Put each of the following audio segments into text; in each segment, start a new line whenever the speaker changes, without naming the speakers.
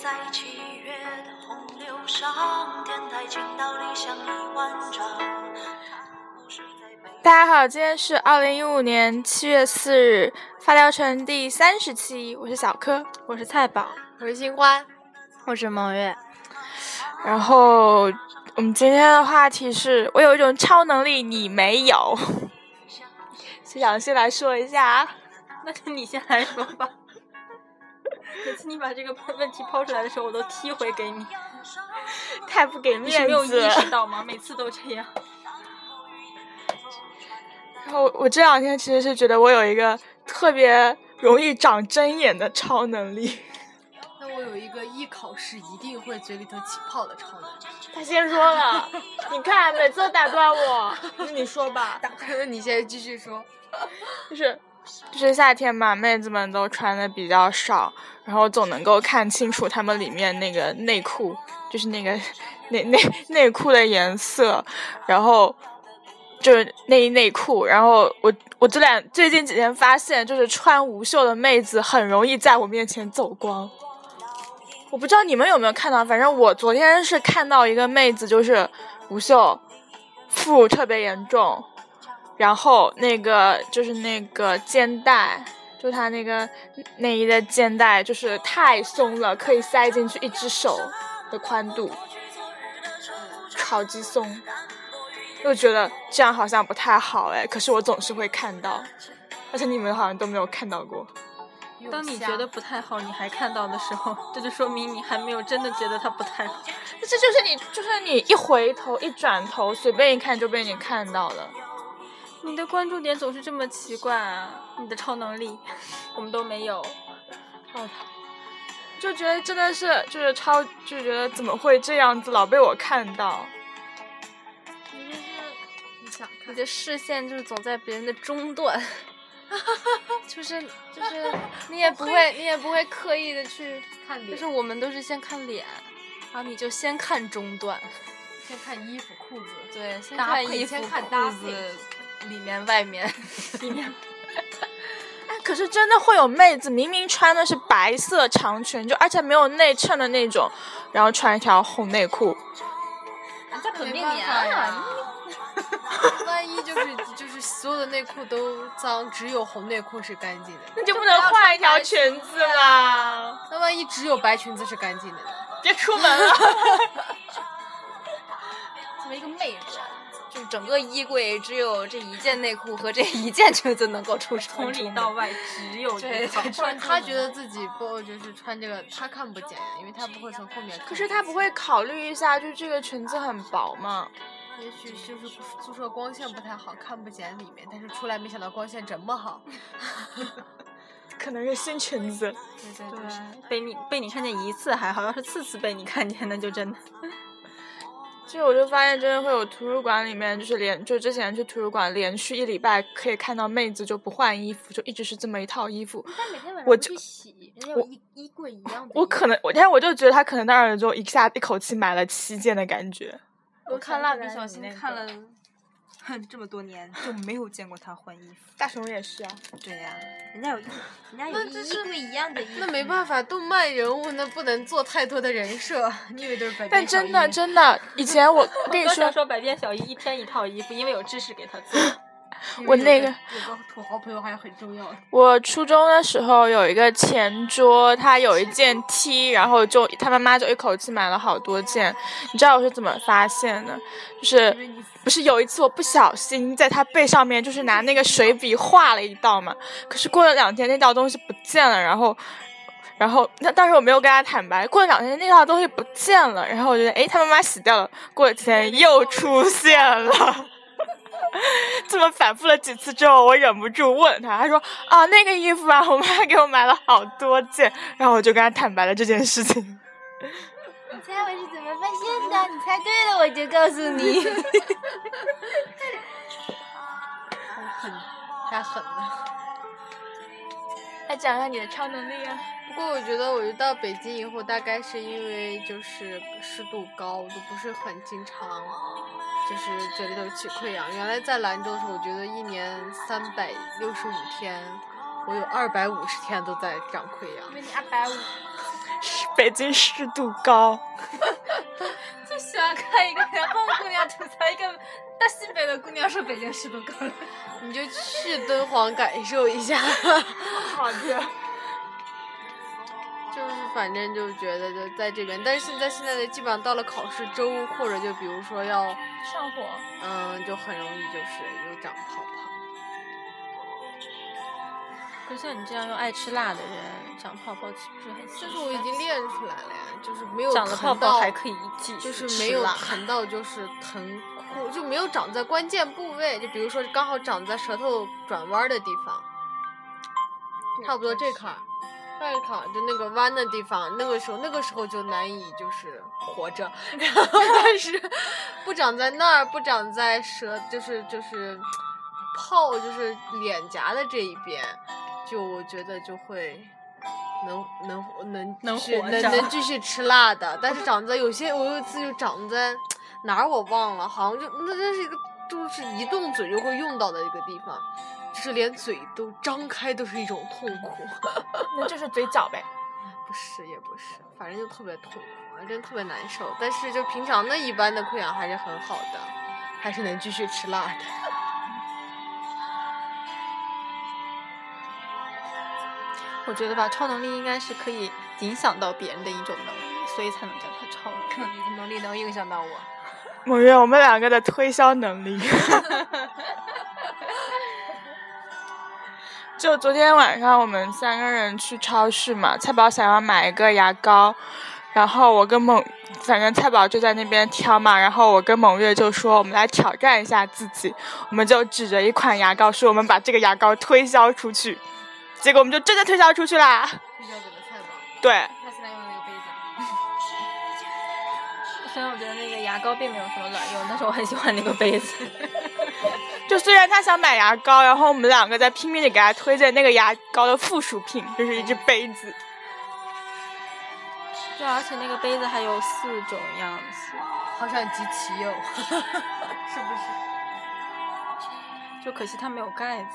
在七月的洪流上，天台倾倒理想一万丈。它不是在北
大家好，今天是二零一五年七月四日，发条城第三十期，我是小柯，我是菜宝，
我是新欢，
我是蒙月，
然后我们今天的话题是我有一种超能力，你没有。就想先来说一下，啊
那就你先来说吧。每次你把这个问题抛出来的时候，我都踢回给你，
太不给
你是
面
没有意
子了。
识到吗？每次都这样。
然后我这两天其实是觉得我有一个特别容易长针眼的超能力。
那我有一个一考试一定会嘴里头起泡的超能力。
他先说了，你看每次都打断我，那你说吧。
打开了，你现在继续说。
就是就是夏天嘛，妹子们都穿的比较少，然后总能够看清楚她们里面那个内裤，就是那个内内内裤的颜色，然后就是内衣内裤。然后我我这两最近几天发现，就是穿无袖的妹子很容易在我面前走光。我不知道你们有没有看到，反正我昨天是看到一个妹子，就是无袖，腹特别严重，然后那个就是那个肩带，就他那个内衣的肩带就是太松了，可以塞进去一只手的宽度，超级松。又觉得这样好像不太好哎，可是我总是会看到，而且你们好像都没有看到过。
当你觉得不太好，你还看到的时候，这就说明你还没有真的觉得它不太好。
这就是你，就是你一回头一转头，随便一看就被你看到了。
你的关注点总是这么奇怪啊！你的超能力，我们都没有。
就觉得真的是就是超，就觉得怎么会这样子，老被我看到。
你想看
你的视线就是总在别人的中段，就是就是你也不会你也不会刻意的去，
看
就
脸
是，我们都是先看脸，然后你就先看中段，
先看衣服、裤子，
对，先
搭
看
配，
衣服、
先看搭
裤
配
子。里面外面，
哎，可是真的会有妹子明明穿的是白色长裙，就而且没有内衬的那种，然后穿一条红内裤。
这
肯
没
定
办
你
法
啊
呀。 万一就是就是所有的内裤都脏，只有红内裤是干净的。
那就不能换一条裙子吗？
那万一只有白裙子是干净的呢？
别出门了。
作为一个妹子，就是整个衣柜只有这一件内裤和这一件裙子能够出
从里到外只有一套。
或者他觉得自己不就是穿这个，他看不见呀，因为他不会从后面 看。
可是她不，会考虑一下，就这个裙子很薄吗？
也许就是宿舍光线不太好，看不见里面，但是出来没想到光线这么好。
可能是新裙子。
对对对。
对，被你被你看见一次还好，要是次次被你看见，那就 真的。
就我就发现真的会有图书馆里面，就是连就之前去图书馆连续一礼拜可以看到妹子就不换衣服，就一直是这么一套衣服。
他每天晚
我
上
就
去洗，人家
我
有衣衣柜一样的衣服。
我可能我，但是我就觉得她可能当时就一下一口气买了七件的感觉。
我看蜡笔小新看了，
哼，这么多年就没有见过他换衣服。
大熊也是啊，
对呀、人家有衣，人家有
那这是衣柜一样的衣服。
那没办法，动漫人物那不能做太多的人设，你以为都是本
但
地小
真的
樱
真的，以前我我跟你
我
说
想，说百变小樱一天一套衣服，因为有知识给他做。
因为
我
有
那
个
个
有个土豪朋友还是很重要的。
我初中的时候有一个前桌，他有一件 T，然后就他妈妈就一口气买了好多件。你知道我是怎么发现的？就是不是有一次我不小心在他背上面就是拿那个水笔画了一道嘛？可是过了两天那道东西不见了，然后。然后，那当时我没有跟他坦白。过了两天，那道东西不见了，然后我觉得，哎，他妈妈死掉了。过了几天又出现了。 这么反复了几次之后，我忍不住问他，他说：“啊，那个衣服啊，我妈给我买了好多件。”然后我就跟他坦白了这件事情。
你猜我是怎么发现的？你猜对了，我就告诉你。
太狠了。
来讲一下你的超能力啊！
不过我觉得，我就到北京以后，大概是因为就是湿度高，都不是很经常，就是嘴里头起溃疡。原来在兰州的时候，我觉得一年三百六十五天，我有二百五十天都在长溃疡。
为你二百五，
是北京湿度高。
就喜欢看一个南方的姑娘吐槽一个哎大西北的姑娘说北京湿度高了。
你就去敦煌感受一下。
好的，
就是反正就觉得就在这边，但是现在现在的基本上到了考试周，或者就比如说要，
上火，
嗯，就很容易就是又长泡泡。
可像你这样又爱吃辣的人，长泡泡岂不是很？
就是我已经练出来了呀，就是没有
长了
疼
泡
到
泡还可以继续
就是
吃
没有
辣
疼到就是疼哭，就没有长在关键部位，就比如说刚好长在舌头转弯的地方，差不多这坎儿，那坎儿就那个弯的地方，那个时候那个时候就难以就是活着，然后但是不长在那儿，不长在舌，就是就是泡就是脸颊的这一边，就我觉得就会。能能能
能
继续
活
能
着
能继续吃辣的，但是长在有些我有一次就长在哪儿我忘了，好像就那那是一个就是移动嘴就会用到的一个地方，就是连嘴都张开都是一种痛苦，
那就是嘴角呗。
不是也不是，反正就特别痛苦，啊真特别难受。但是就平常的一般的溃疡还是很好的，还是能继续吃辣的。
我觉得吧，超能力应该是可以影响到别人的一种能力，所以才能叫它超能力。
能力能影响到我。
我觉得我们两个的推销能力。就昨天晚上我们三个人去超市嘛，菜宝想要买一个牙膏，然后我跟猛，反正菜宝就在那边挑嘛，然后我跟猛月就说我们来挑战一下自己，我们就指着一款牙膏说我们把这个牙膏推销出去，结果我们就真的推销出去啦。
推销给了菜宝，
对，
他现在用那个杯子。
虽然我觉得那个牙膏并没有什么卵用，但是我很喜欢那个杯子。
就虽然他想买牙膏，然后我们两个在拼命的给他推荐那个牙膏的附属品，就是一只杯子。
对，
啊
而且那个杯子还有四种样子，
好想集齐哟， 是不是？
就可惜它没有盖子。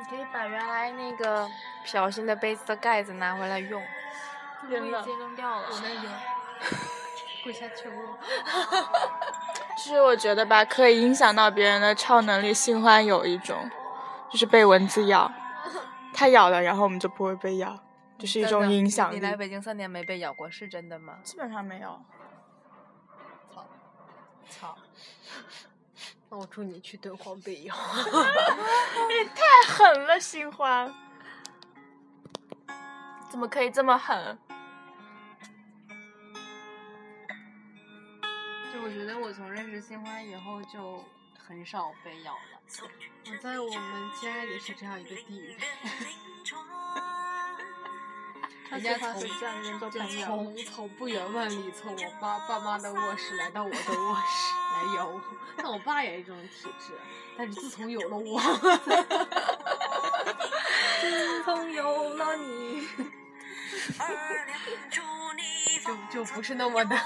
你可以把原来那个小型的杯子的盖子拿回来用。
扔了，扔掉了。
跪下求我。
就是我觉得吧，可以影响到别人的超能力。新欢有一种，就是被蚊子咬，它咬了，然后我们就不会被咬，就是一种影响
你
力。
来北京三年没被咬过，是真的吗？
基本上没有，
操！那我祝你去敦煌被咬。
太狠了，新欢，怎么可以这么狠？
就我觉得我从认识新欢以后就很少被咬了。
我在我们家也是这样一个地域，人家从从从不远万里从我爸爸妈的卧室来到我的卧室来咬我， 但我爸也是这种体质，但是自从有了我，
从有了你，
就就不是那么 的。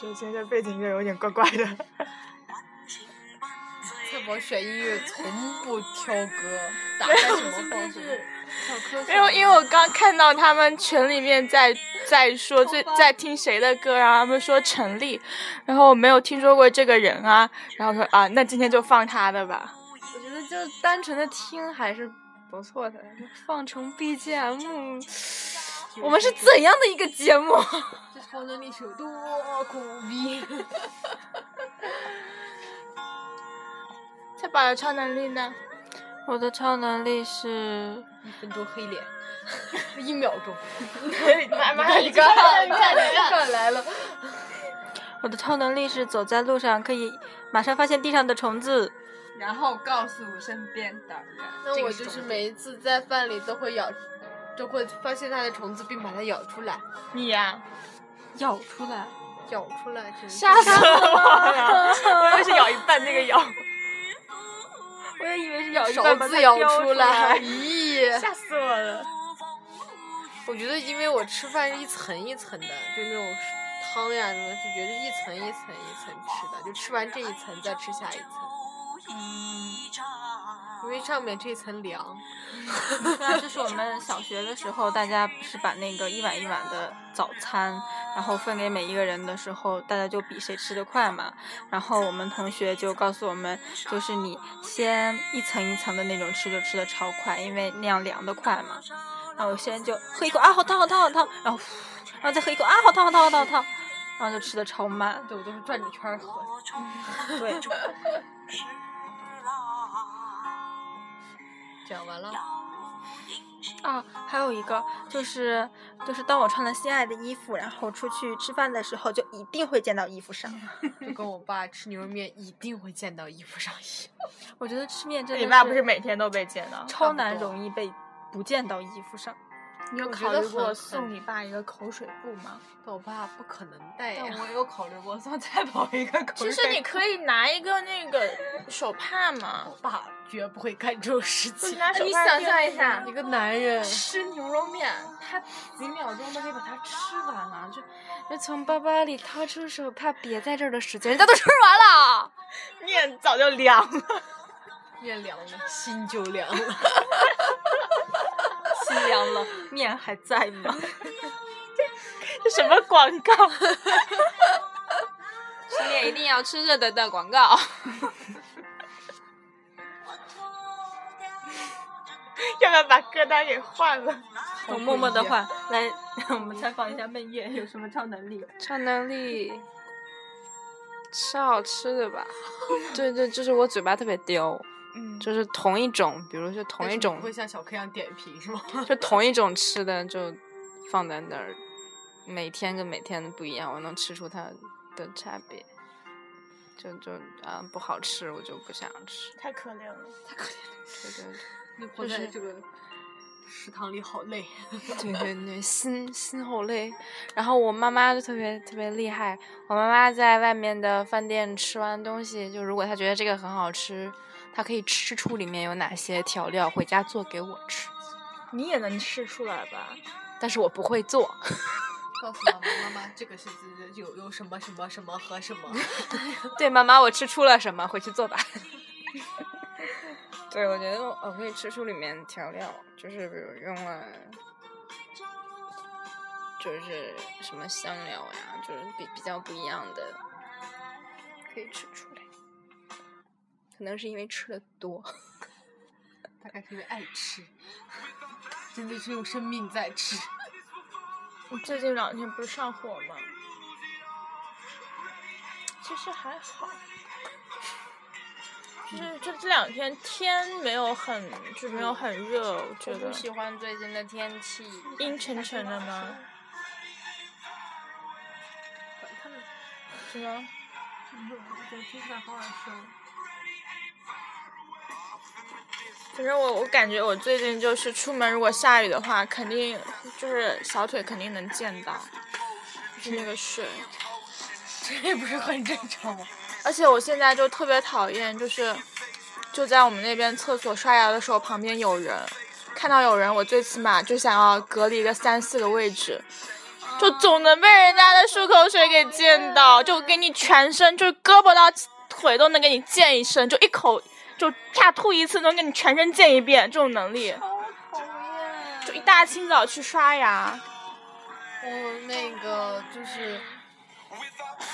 这现在背景音乐有点怪怪的。
蔡宝选音乐从不挑歌，打开什么放什么。
因为因为我刚看到他们群里面在在说最在听谁的歌，然后他们说陈粒，然后我没有听说过这个人啊，然后说啊，那今天就放他的吧。
我觉得就单纯的听还是不错的，就放成 BGM。我们是怎样的一个节目？
这超能力是有多苦 逼？
蔡宝的超能力呢？
我的超能力是
一分钟黑脸， 一秒钟。
妈妈一个
看来了，
我的超能力是走在路上可以马上发现地上的虫子。
然后告诉身边的人，
那我就是每一次在饭里都会咬，都会发现它的虫子并把它咬出来，
你啊呀、
咬出来，
咬出来真是。
吓死我了！ 我以为是咬一半那个 咬，
我也以为是咬一半
勺
把它
子咬
叼
出
出来。
咦！
吓死我了！
我觉得，因为我吃饭是一层一层的，就那种汤呀什么，就觉得一层一层一层吃的，就吃完这一层再吃下一层。因为上面这层凉，
那这是我们小学的时候，大家是把那个一碗一碗的早餐，然后分给每一个人的时候，大家就比谁吃得快嘛。然后我们同学就告诉我们，就是你先一层一层的那种吃，就吃的超快，因为那样凉得快嘛。然后有些人就喝一口啊，好烫好烫好烫，然后然后再喝一口啊，好烫好烫好烫好烫，然后就吃的超慢。
对我都是转着圈儿喝的。
对，
讲完了，
啊，还有一个就是就是当我穿了心爱的衣服，然后出去吃饭的时候，就一定会溅到衣服上。
就跟我爸吃牛肉面一定会溅到衣服上一样。
我觉得吃面真 的
你爸不是每天都被见到？
超
不
难
多
容易被不溅到衣服上。
你有
我觉
考
得
虑过
很
送你爸一个口水布吗？
但我爸不可能带呀、
但我有考虑过送菜宝一个口
其实
水
你
裤
可以拿一个那个手帕嘛
我。爸绝不会干这种事
不是
情。
拿手帕垫着它
一个男人，
吃牛肉面，他几秒钟都可以把它吃完了，就
就从包包里掏出手帕别在这儿的时间，人家都吃完了。
面早就凉了。
面凉了，心就凉 了。
心凉了， 面还在 吗？
这什么广告？
吃面一定要吃热的的广告。
要不要把歌单给换了？
我默默的
啊
换来， 我们采访一下闷月有什么超能力？
超能力，吃好吃的吧。 对对，就是我嘴巴特别刁，
嗯，
就是同一种，比如说同
但是
一
你
种
不，会像小 K 一样点评 是吗？
就同一种吃的就放在那儿，每天跟每天不一样，我能吃出它的差别。就就啊不好吃，我就不想吃。
太可怜了。
对 对
那活在这个食堂里好累。
对对对，心心好累。然后我妈妈就特别特别厉害，我妈妈在外面的饭店吃完东西，就如果她觉得这个很好吃，她可以吃出里面有哪些调料，回家做给我吃。
你也能吃出来吧？
但是我不会做，
告诉妈妈，妈妈这个是这这有有什么什么什么和什 么？
对妈妈，我吃出了什么，回去做吧。 对，我觉得我可以吃出里面调料，就是比如用了，就是什么香料呀，就是比比较不一样的，可以吃出来。可能是因为吃的多，
大概是因为爱吃，真的是用生命在吃。
你最近两天不是上火吗？其实还好，就是这这两天天没有很就没有很热，我觉得
欢最近的天气。
阴沉沉的吗？是吗？
我听起来好耳哦熟。
反正我我感觉我最近就是出门如果下雨的话，肯定就是小腿肯定能见到，就是那个水。
这不是很正常吗？
而且我现在就特别讨厌，就是就在我们那边厕所刷牙的时候，旁边有人，看到有人，我最起码就想要隔离个三四个位置，就总能被人家的漱口水给溅到，就给你全身，就胳膊到腿都能给你溅一身，就一口就啪吐一次能给你全身溅一遍，这种能力，就一大清早去刷牙，
我嗯那个就是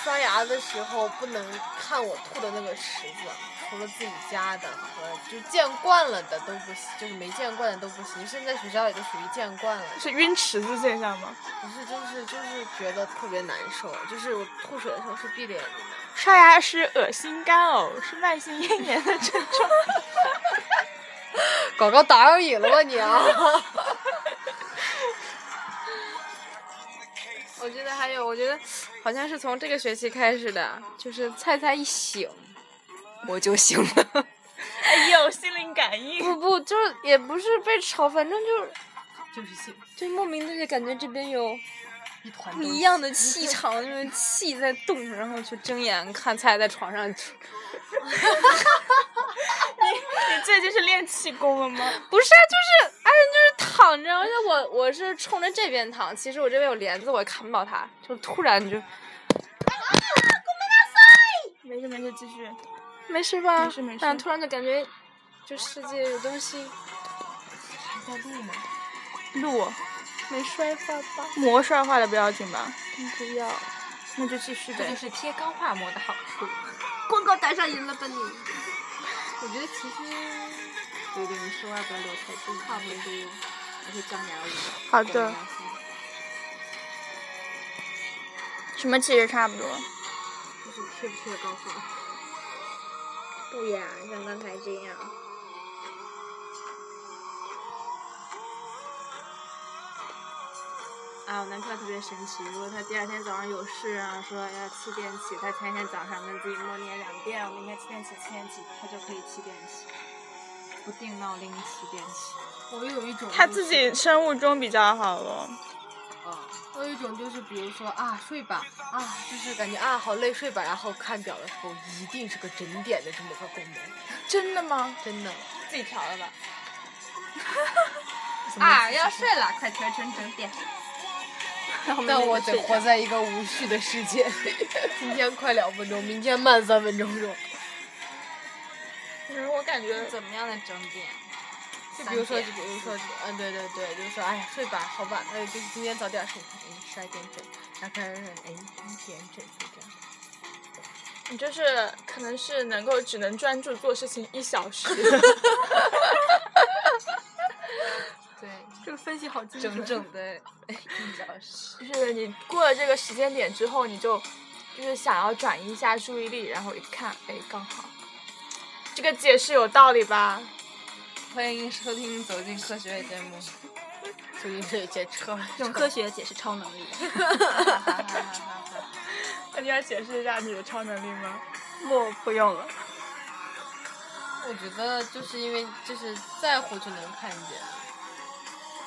刷牙的时候不能看我吐的那个池子，除了自己家的和就见惯了的都不行，就是没见惯的都不行。现在学校也都属于见惯了，
是晕池子现象吗？
不是就是就是觉得特别难受，就是我吐水的时候是闭着眼睛的。
刷牙时恶心干呕是慢性咽炎的症状。
搞搞打扰你了吧你啊！
我觉得还有，我觉得好像是从这个学期开始的，就是菜菜一醒，我就醒了。
有心灵感应。
不不，就是也不是被吵，反正就是
就是性
就莫名的就感觉这边有
一团
不一样的气场，就是气在动，然后就睁眼看菜在床 上，
你最近是练气功了吗？
不是啊，就是安然就是躺着，而且我我是冲着这边躺，其实我这边有帘子，我也看不到他，就突然就
没事没事，继续。
没事吧？
没事没事
但突然就感觉，就世界有东西
路
没摔坏吧？
膜摔坏了不要紧吧？不要，那就继续
这
呗
就。是贴钢化膜的好处。
广告打上赢了吧你？我觉得其实
对对，你室外不要聊太多，怕不会不会张牙舞爪。
好的，什么其实差不多。
就是贴不贴高仿？
不呀，像刚才这样。
啊，我男票特别神奇，如果他第二天早上有事啊，说要七点起，他前一天早上跟自己默念两遍，我明天七点起，七点起，他就可以七点起，不定闹铃七点起。
我有一种
他
就
自
是啊
己生物钟比较好哦了。
嗯，
还有一种就是，比如说啊，睡吧，啊，就是感觉啊，好累，睡吧。然后看表的时候，一定是个整点的这么个功能，
真的吗？
真的。
自己调的吧。
啊，要睡了，快调成整点。
但我得活在一个无序的世界里。 今天快两分钟，明天慢三分钟钟。
可嗯是我感觉
怎么样的整点？
就比如说，就比如说，嗯，对对对，就是说，哎呀，睡吧，好晚，那就是今天早点睡，哎，十二点整，然后看看，哎，一点整睡觉。
你就是可能是能够只能专注做事情一小时，
对，
这个分析好精
整整哎
的。
就是你过了这个时间点之后，你就就是想要转移一下注意力，然后一看，哎，刚好。这个解释有道理吧？
欢迎收听《走进科学》节目。
最近这节车，
用科学解释超能 力。
那你要解释一下你的超能力吗？
不，不用了。
我觉得就是因为就是在乎就能看见，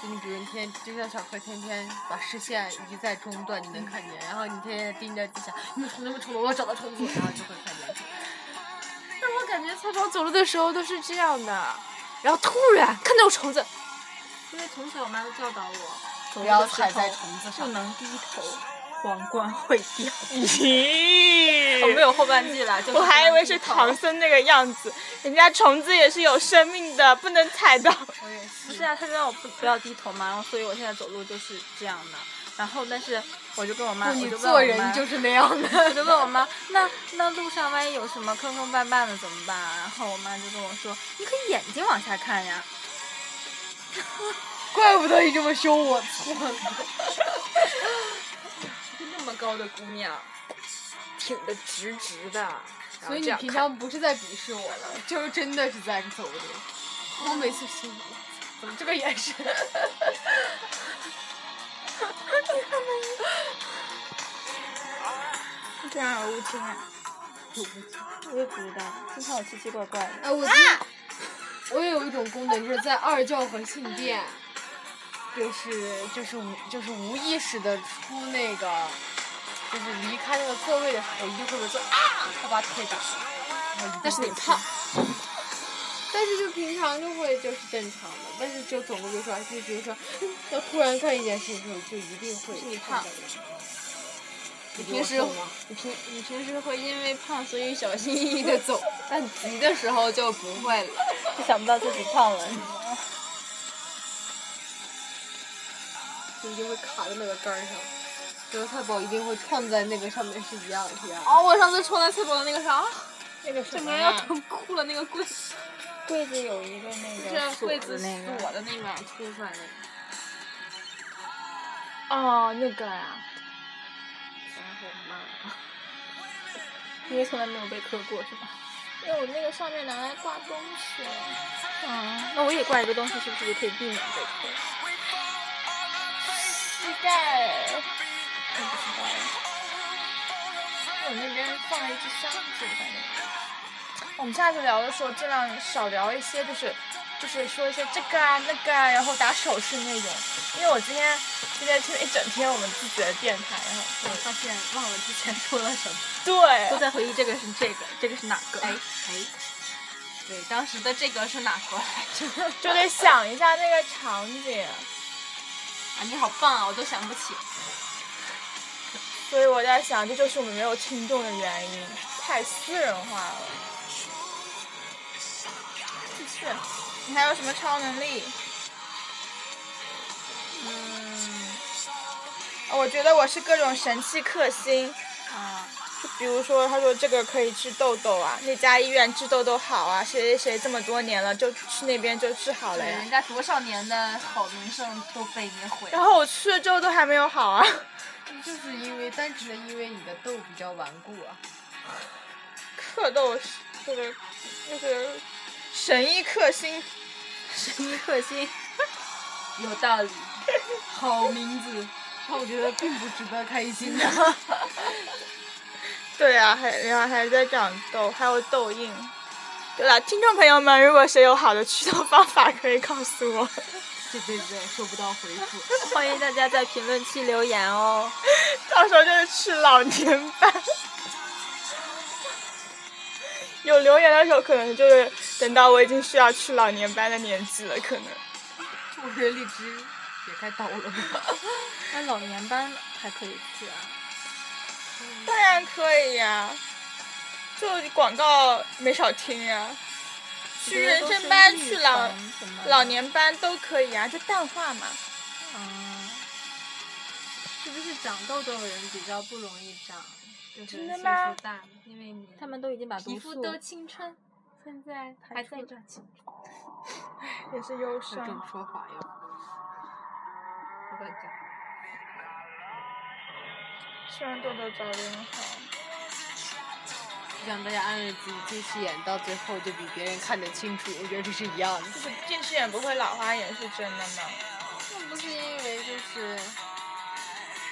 就你比如你天就像小柯天天把视线移在中段，你能看见，然后你天天盯着地下，你们虫子，你们虫子，我找到虫子，然后就会看见。
但我感觉菜场走路的时候都是这样的，然后突然看到有虫子，
因为从小我妈就教导我，
不要踩在虫子
不
上。
能低头，皇冠会 掉。
咦，
我没有后半句了，就是
我还以为是
不能低头
唐僧那个样子，人家虫子也是有生命的，不能踩到。
不是啊，他就让我不不要低头嘛，然后所以我现在走路就是这样的。然后，但是我就跟我妈，我
你
就问
做
我
人
妈
就是那样的。
我就问我妈，那那路上万一有什么坑坑绊绊的怎么办啊、然后我妈就跟我说，你可以眼睛往下看呀。
怪不得你这么凶我，错 了。
那么高的姑娘，
挺的直直的。然后
所以
这
你
样
平
看
常不是在鄙视我了，就是真的是在走路。我每次心里怎么这个眼神？
这样有乌青啊！
我也不知道，经常有奇奇怪怪的。
哎，我觉得我也有一种功能，就是在二教和信殿，就是就是无就是无意识的出那个，就是离开那个座位的时候，一定会有做啊，他把腿打了。但是你胖。但是就平常就会就是正常的，但是就总的就说，就比如说，要突然干一件事的时候，就一定会。你胖。你
平时
你
平你平时会因为胖所以小心翼翼的走，但急的时候就不会了。
就想不到自己胖了。
就一定会卡在那个杆儿上，觉得菜宝一定会撞在那个上面是一样的。
哦，我上次戳在厕所的那个啥，
那个什
整
么
个人要
呀，
疼哭了，那个柜子，
柜子有一个那
就
个
是
锁
柜
的
子
那个，
锁的那面凸出来那个。
哦，那个呀、
然后我妈，
因为从来没有被磕过，是吧？
因为我那个上面拿来挂东西。
嗯，那我也挂一个东西，是不是也可以避免被磕？
膝盖。我那边放了一只箱子，反正。我们下次聊的时候，尽量少聊一些，就是就是说一些这个啊那个啊，然后打手势那种。因为我今天今天听了一整天我们自己的电台，然后
我发现忘了之前说了什么，都
对，
在回忆这个是这个，这个是哪个？
哎哎，对，当时的这个是哪个来着？
就得想一下那个场景。
啊，你好棒啊，我都想不起。
所以我在想，这就是我们没有听众的原因，太私人化了。去。你还有什么超能力？嗯，哦我觉得我是各种神器克星。
啊，
就比如说，他说这个可以治痘痘啊，那家医院治痘痘好啊，谁谁谁这么多年了，就去那边就治好了呀。
人家多少年的好名声都被你毁
然
了。
后我去了之后都还没有好啊。
就是因为单纯的因为你的痘比较顽固啊。
克豆是就是就是神医克星，
神医克星，
有道 理，好名字。
那我觉得并不值得开心的。啊
对啊，还然后还在长痘，还有痘印。对了，听众朋友们，如果谁有好的祛痘方法，可以告诉我。
这辈子也收不到回复。
欢迎大家在评论区留言哦。
到时候就是吃老年饭。 有留言的时候，可能就是等到我已经需要去老年班的年纪了，可能。
我觉得荔枝也该倒 了吧。
那老年班还可以去啊。
当然可以呀、就广告没少听呀、去人生班、去老老年班都可以啊，就淡化嘛。
嗯，
是不是长痘痘的人比较不容易长？就是
嗯真的
岁数
吗
大，因为你
他们都已经把
皮
毒
肤
素
都青春，
现在还
还在
在
长青春。
也是忧
这种
伤。
说法哟，不乱讲。
希望豆豆早点好。
就像大家安慰自己，近视眼到最后就比别人看得清楚，我觉得这是一样的。
就是近视眼不会老花眼是真的吗？
那不是因为就是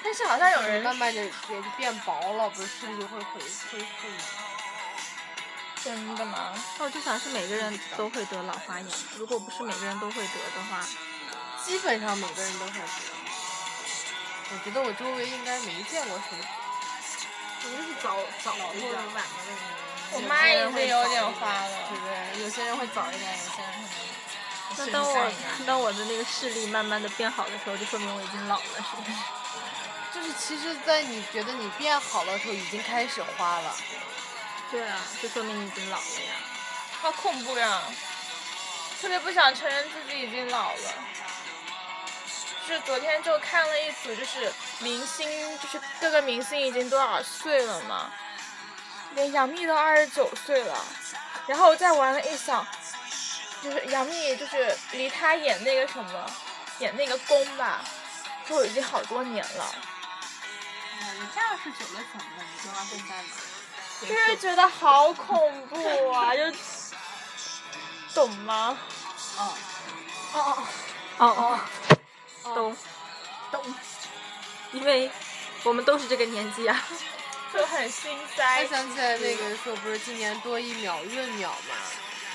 但是好像有
慢
人
慢的也就变薄了，不是就会恢恢复吗？
真的吗？
那哦我就想是每个人都会得老花眼，如果不是每个人都会得的话，
基本上每个人都会得。我觉得我周围应该没见过谁
我们是早早或者晚的人。
我妈已经有点花
对
了。
不对？有些人会早一点，有些人可
那
能
当我当我的那个视力慢慢的变好的时候，就说明我已经老了，是不是？
就是其实，在你觉得你变好了的时候，已经开始花了。
对啊，就说明你已经老了呀。
好恐怖呀！特别不想承认自己已经老了。就是昨天就看了一组，就是明星，就是各个明星已经多少岁了嘛，连杨幂都二十九岁了。然后我再玩了一想，就是杨幂就是离她演那个什么，演那个宫吧，就已经好多年了。
你这样是久了怎么了？你就要更加
就是觉得好恐怖啊，就懂吗？
哦哦，懂懂，因为我们都是这个年纪啊。
就很心
他
塞。
想起来那个说，不是今年多一秒闰秒嘛，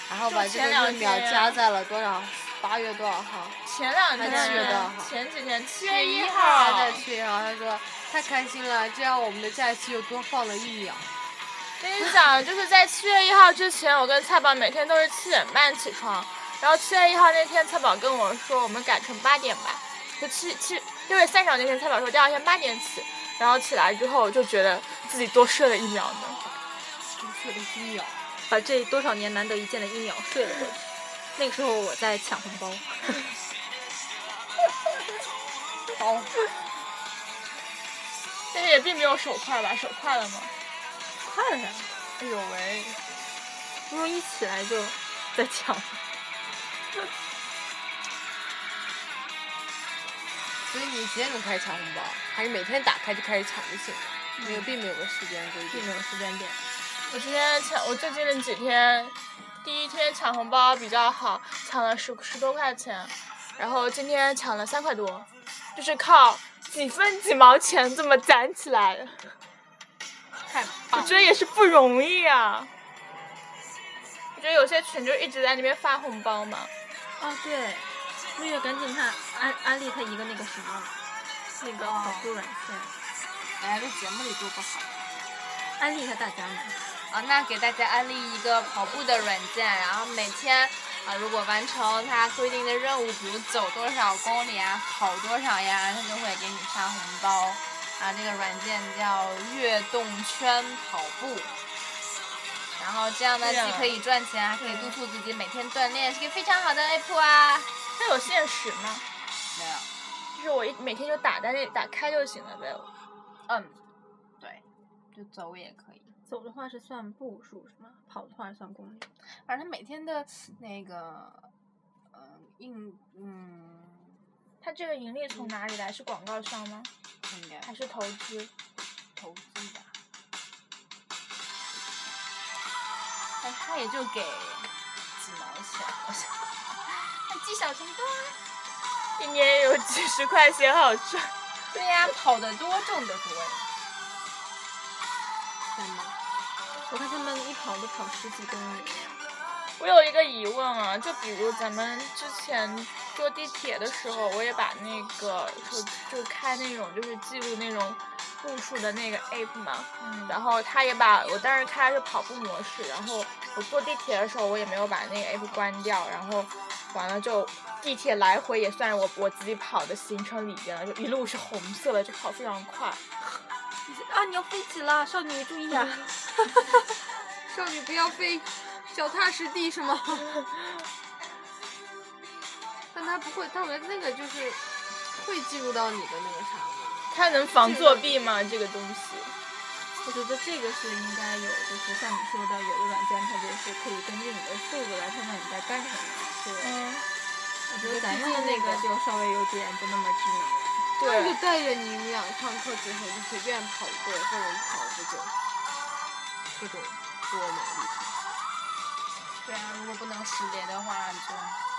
然后把
就
这
前
个
两
闰秒
天
加在了多少？八月多少号？
前两
还记得
天
哈，
前几天七月一
他
号
在，去，然后他说太开心了，这样我们的假期又多放了一秒。
跟你讲，就是在七月一号之前，我跟菜宝每天都是七点半起床，然后七月一号那天，菜宝跟我说我们改成八点吧，就七七六月三十号那天，菜宝说第二天八点起，然后起来之后就觉得自己多睡了一秒呢。
睡了一秒，
把这多少年难得一见的一秒睡了过去。那个时候我在抢红包，
包
但是也并没有手快吧，手快了吗？
快了呀，
哎呦喂！
不如一起来就在抢。
所以你几点钟开始抢红包？还是每天打开就开始抢就行了？没有，并没有个时间规定
并。没有时间点，
我今天抢，我最近的几天，第一天抢红包比较好，抢了十十多块钱，然后今天抢了三块多，就是靠几分几毛钱这么攒起来的。
太
我觉得也是不容易啊。我觉得有些群就一直在那边发红包嘛，
哦，对，绿月赶紧看安安利他一个那个什么，那个保护软件，
来
哎
了节目里多不好
安利一下大家嘛。
啊，那给大家安利一个跑步的软件，然后每天啊，如果完成它规定的任务，比如走多少公里啊，跑多少呀，它就会给你发红包。啊，这个软件叫跃动圈跑步，然后这样呢，
对啊
既可以赚钱，还可以督促自己每天锻炼，是一个非常好的 app 啊。
它有限时吗？
没有，
就是我一每天就打在那打开就行了呗。
嗯，对，就走也可以。
走的话是算步数是吗？跑的话是算公里。
反正每天的那个，呃，应嗯，
它这个盈利从哪里来？是广告商吗？
应该
还是投资？
投资吧。但他也就给几毛钱，好像，那积少成多啊。
一年有几十块钱好赚。
对呀、跑得多，挣得多呀。
算吗？我看他们一跑就跑十几公里。
我有一个疑问啊，就比如咱们之前坐地铁的时候，我也把那个就就开那种就是记录那种步数的那个 app 嘛，然后他也把我当时开的是跑步模式，然后我坐地铁的时候我也没有把那个 app 关掉，然后完了就地铁来回也算我我自己跑的行程里边了，就一路是红色的，就跑非常快。
啊，你要飞起了，少女注意啊！
少女不要飞，脚踏实地是吗？ 但他不会，他们那个就是会记录到你的那个啥吗？
它能防作弊吗？这个东西？
我觉得这个是应该有，就是像你说的，有的软件它就是可以根据你的速度来判断你在干什么。对，
嗯，
我觉得咱用的那个就稍微有点不那么智能了。
他就
对，
带着你，你想上课之后就随便跑一会儿或者跑不久，这种多吗？
对啊，如果不能识别的话，你就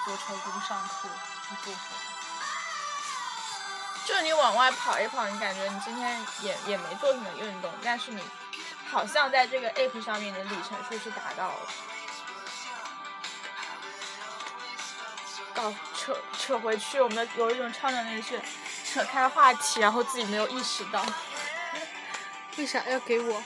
坐车不上课，不坐车。
就是你往外跑一跑，你感觉你今天也也没做什么运动，但是你好像在这个 app 上面你的里程数是达到了。哦，扯扯回去，我们的有一种超能力是扯开话题，然后自己没有意识到。
为啥要给我？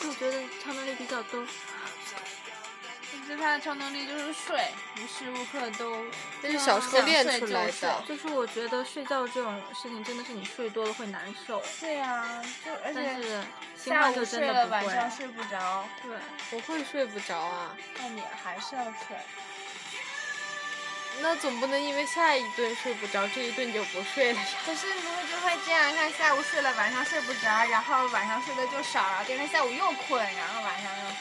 就觉得超能力比较多，
其实他的超能力就是睡，无时无刻都
那是小时候练出来的。
就是我觉得睡觉这种事情真的是你睡多了会难受，
对呀、就而
但
且
是新
下
冠就
午
真
睡了，
的不
晚
会。
上睡不着，
对，
我会睡不着啊，
那你还是要睡。
那总不能因为下一顿睡不着，这一顿就不睡了呀？
可是你会就会这样，看下午睡了，晚上睡不着，然后晚上睡的就少，然后第二天下午又困，然后晚上又睡。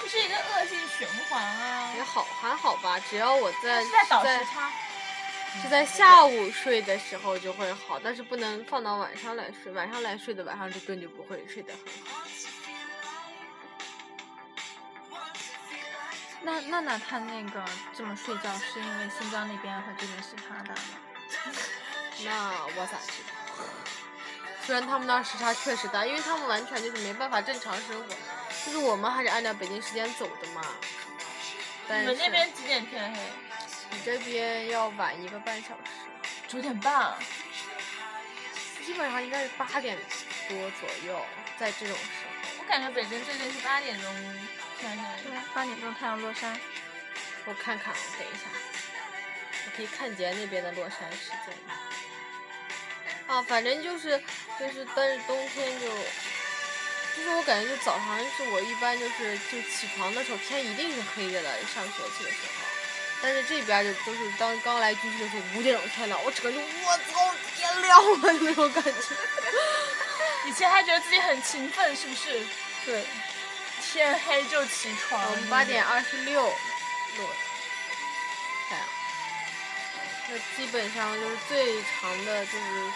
这是一个恶性循环啊！
也好，还好吧，只要我在
是在倒
在
时差。
是
嗯
在下午睡的时候就会好，但是不能放到晚上来睡，晚上来睡的晚上这顿就不会睡得很好。
那娜娜她那个这么睡觉是因为新疆那边和这边时差大吗？
那我咋知道？虽然他们那儿时差确实大，因为他们完全就是没办法正常生活，就是我们还是按照北京时间走的嘛。但
你
是
们那边几点天黑？
你这边要晚一个半小时，
九点半。
基本上应该是八点多左右，在这种时候，
我感觉北京最近是八点钟天黑。
对，八点钟太阳落山。
我看看，我等一下，我可以看见那边的落山时间。啊，反正就是就是，但是冬天就，就是我感觉就早上是我一般就是就起床的时候天一定是黑着的，上学去的时候。但是这边儿就都是当刚来军区的时候五点钟天亮，我整个就我操天亮了 那种感觉。
以前还觉得自己很勤奋，是不是？对，天黑就起床。
啊
哦
我们八点二十六录的，太阳。那基本上就是最长的，就是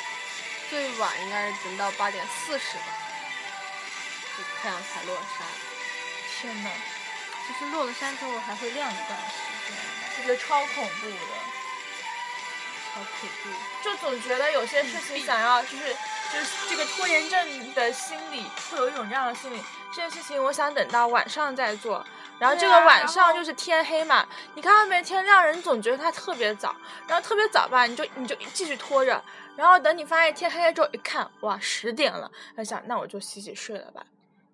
最晚应该是等到八点四十吧，就太阳才落山。
天呐，
就是落了山之后还会亮一段时间。
我觉得超恐怖的，
好恐怖！
就总觉得有些事情想要，就是就是这个拖延症的心理，会有一种这样的心理。这件事情我想等到晚上再做，然后这
啊
个晚上就是天黑嘛，你看外面天亮，人总觉得它特别早，然后特别早吧，你就你就继续拖着，然后等你发现天黑了之后一看，哇，十点了，还想那我就洗洗睡了吧。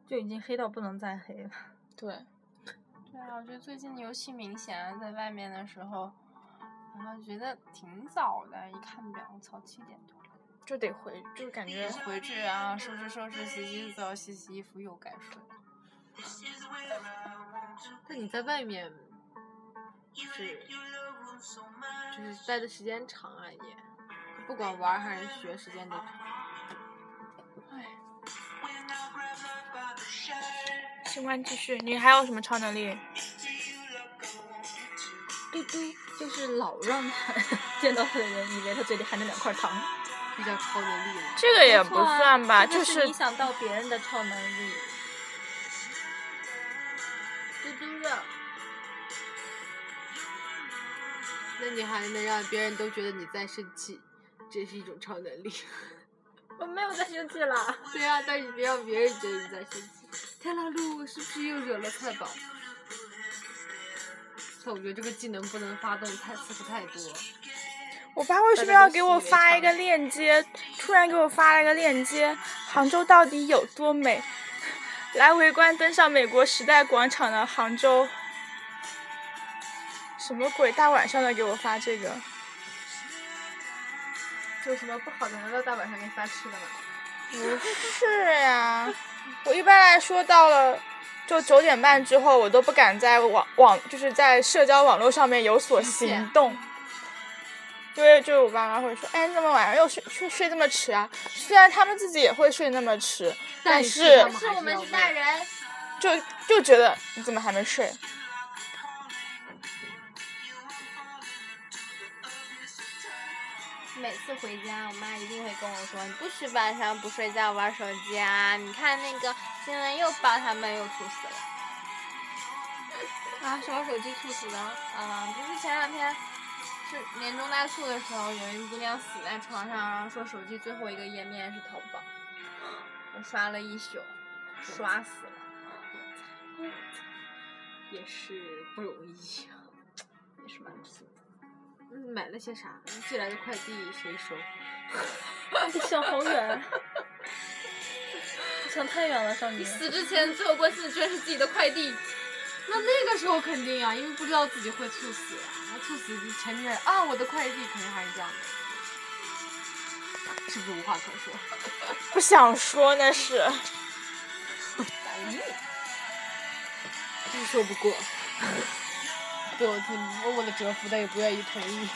就已经黑到不能再黑了。
对，
对啊，我觉得最近尤其明显啊，在外面的时候，然后觉得挺早的，一看表，我操，七点多。
就得回，就是感觉
啊
回去然后收拾收拾，洗洗澡，洗洗衣服，又该睡了。
但你在外面，就是就是待的时间长啊，也不管玩儿还是学，时间都长。
新冠继续，你还有什么超能力？
啊
嘟嘟就是老让他 见到他的人以为他嘴里含着两块糖，
比较超能力了。
这个也不
错啊
算吧，
这
就
就是
是
你想到别人的超能力。
嘟嘟让。那你还能让别人都觉得你在生气，这是一种超能力。
我没有在生气啦，
对啊，但是别让别人觉得你在生气。天啦噜，是不是又惹了菜宝？但我觉得这个技能不能发动太次数太多。
我爸为什么要给我发一个链接？突然给我发了一个链接，杭州到底有多美？ 来围观登上美国时代广场的杭州，什么鬼？大晚上的给我发这个，
有什么不好的？难道大晚上给你发吃的吗？
不是呀、我一般来说到了。就九点半之后，我都不敢在网网，就是在社交网络上面有所行动，因为就是我爸妈会说，哎，你怎么晚上又睡睡睡这么迟啊？虽然他们自己也会睡那么迟，但是
是我们是大人，
就就觉得你怎么还没睡？
每次回家，我妈一定会跟我说：“你不许晚上不睡觉玩手机啊！你看那个新闻又报他们又猝死了。”啊，什么手机猝死的？啊、不是前两天是年终大促的时候，有一姑娘死在床上，然后说手机最后一个页面是淘宝，我刷了一宿，刷死了。
也是不容易啊，也是蛮辛苦。嗯，买了些啥？寄来的快递谁收？
你想好远，你想太远了，少女。
死之前做过次居然是自己的快递，
那那个时候肯定啊，因为不知道自己会猝死啊，那猝死就前面啊，我的快递肯定还是这样的，是不是无话可说？
不想说那是。
就是说不过。对 我挺默默的折服，但也不愿意同 意。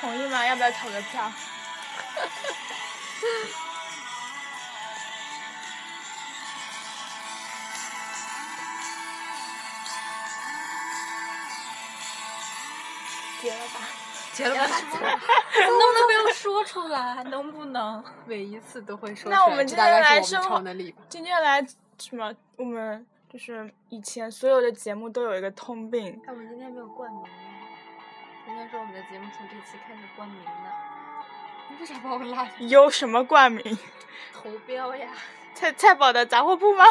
同意吗？要不要投个票？结了吧。
结了吧，
能不能说出来？能不能？
每一次都会说出来。
那我们
这
接
大
下
概
来
是
生
我们
活
超能力吧。
今天来什么？我们就是以前所有的节目都有一个通病，
但我们今天没有冠名，应该说我们的节目从这期开始冠名了。
你为啥把我拉 进
有什么冠名？
投标呀！
菜菜宝的杂货铺 吗？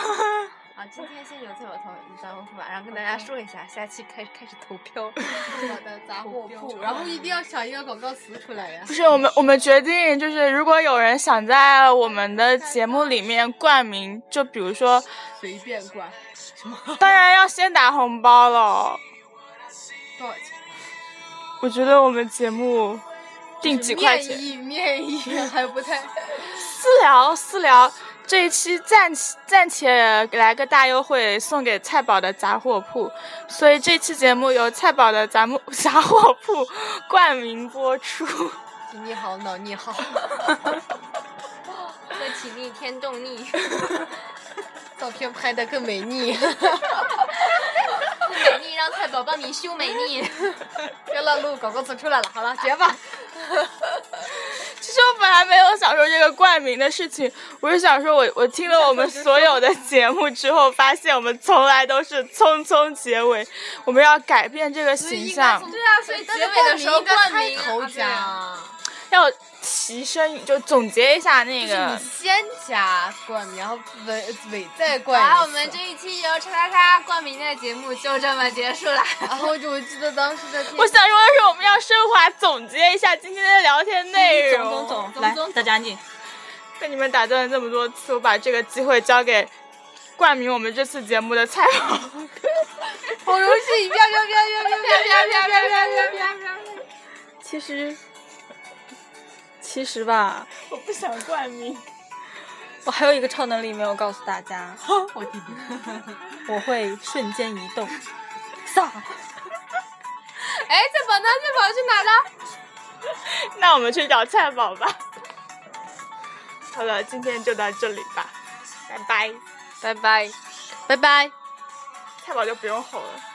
啊，今天先有菜有投杂货铺吧，然后跟大家说一下，下期开开始投票。
我的杂货铺？然后一定要想一个广告词出来呀、
不是，我们我们决定就是，如果有人想在我们的节目里面冠名，就比如说，
随便灌，什么
当然要先打红包了。
多少钱？
我觉得我们节目定几块钱，
面议面议还 不太。
私聊私聊。这一期暂且暂且来个大优惠，送给菜宝的杂货铺。所以这期节目由菜宝的杂木 杂货铺冠名播出。
你好，脑你好，
歌起逆天动逆，
照片拍的更美腻。
美逆让菜宝帮你修美逆。
别乱录，广告词出来了，好了，结吧。
其实我本来没有想说这个冠名的事情，我是想说我我听了我们所有的节目之后，发现我们从来都是匆匆结尾，我们要改变这个形象，
对啊，所以结尾的时候冠名
头
啊对啊
奖，
要提升，就总结一下那
就是
个
你。先加冠名，然后尾尾再冠一次。
好，我们这一期由叉叉叉冠名的节目就这么结束了。
然后就我记得当时在天
我想说的是，我们要升华总结一下今天的聊天内容。
总总哎总，来，大家安静。
被你们打断了这么多次，我把这个机会交给冠名我们这次节目的蔡宝。
好荣幸，飘飘飘飘飘飘飘飘飘飘飘飘
其 实，其实吧，我不想冠名。
我还有一个超能力没有告诉大家，
我弟弟，
我会瞬间移 动。撒，
哎，这宝呢？这宝去哪了？
那我们去找菜宝吧。 好了，今天就到这里吧，拜拜。
拜拜。
拜拜。
菜宝就不用吼了。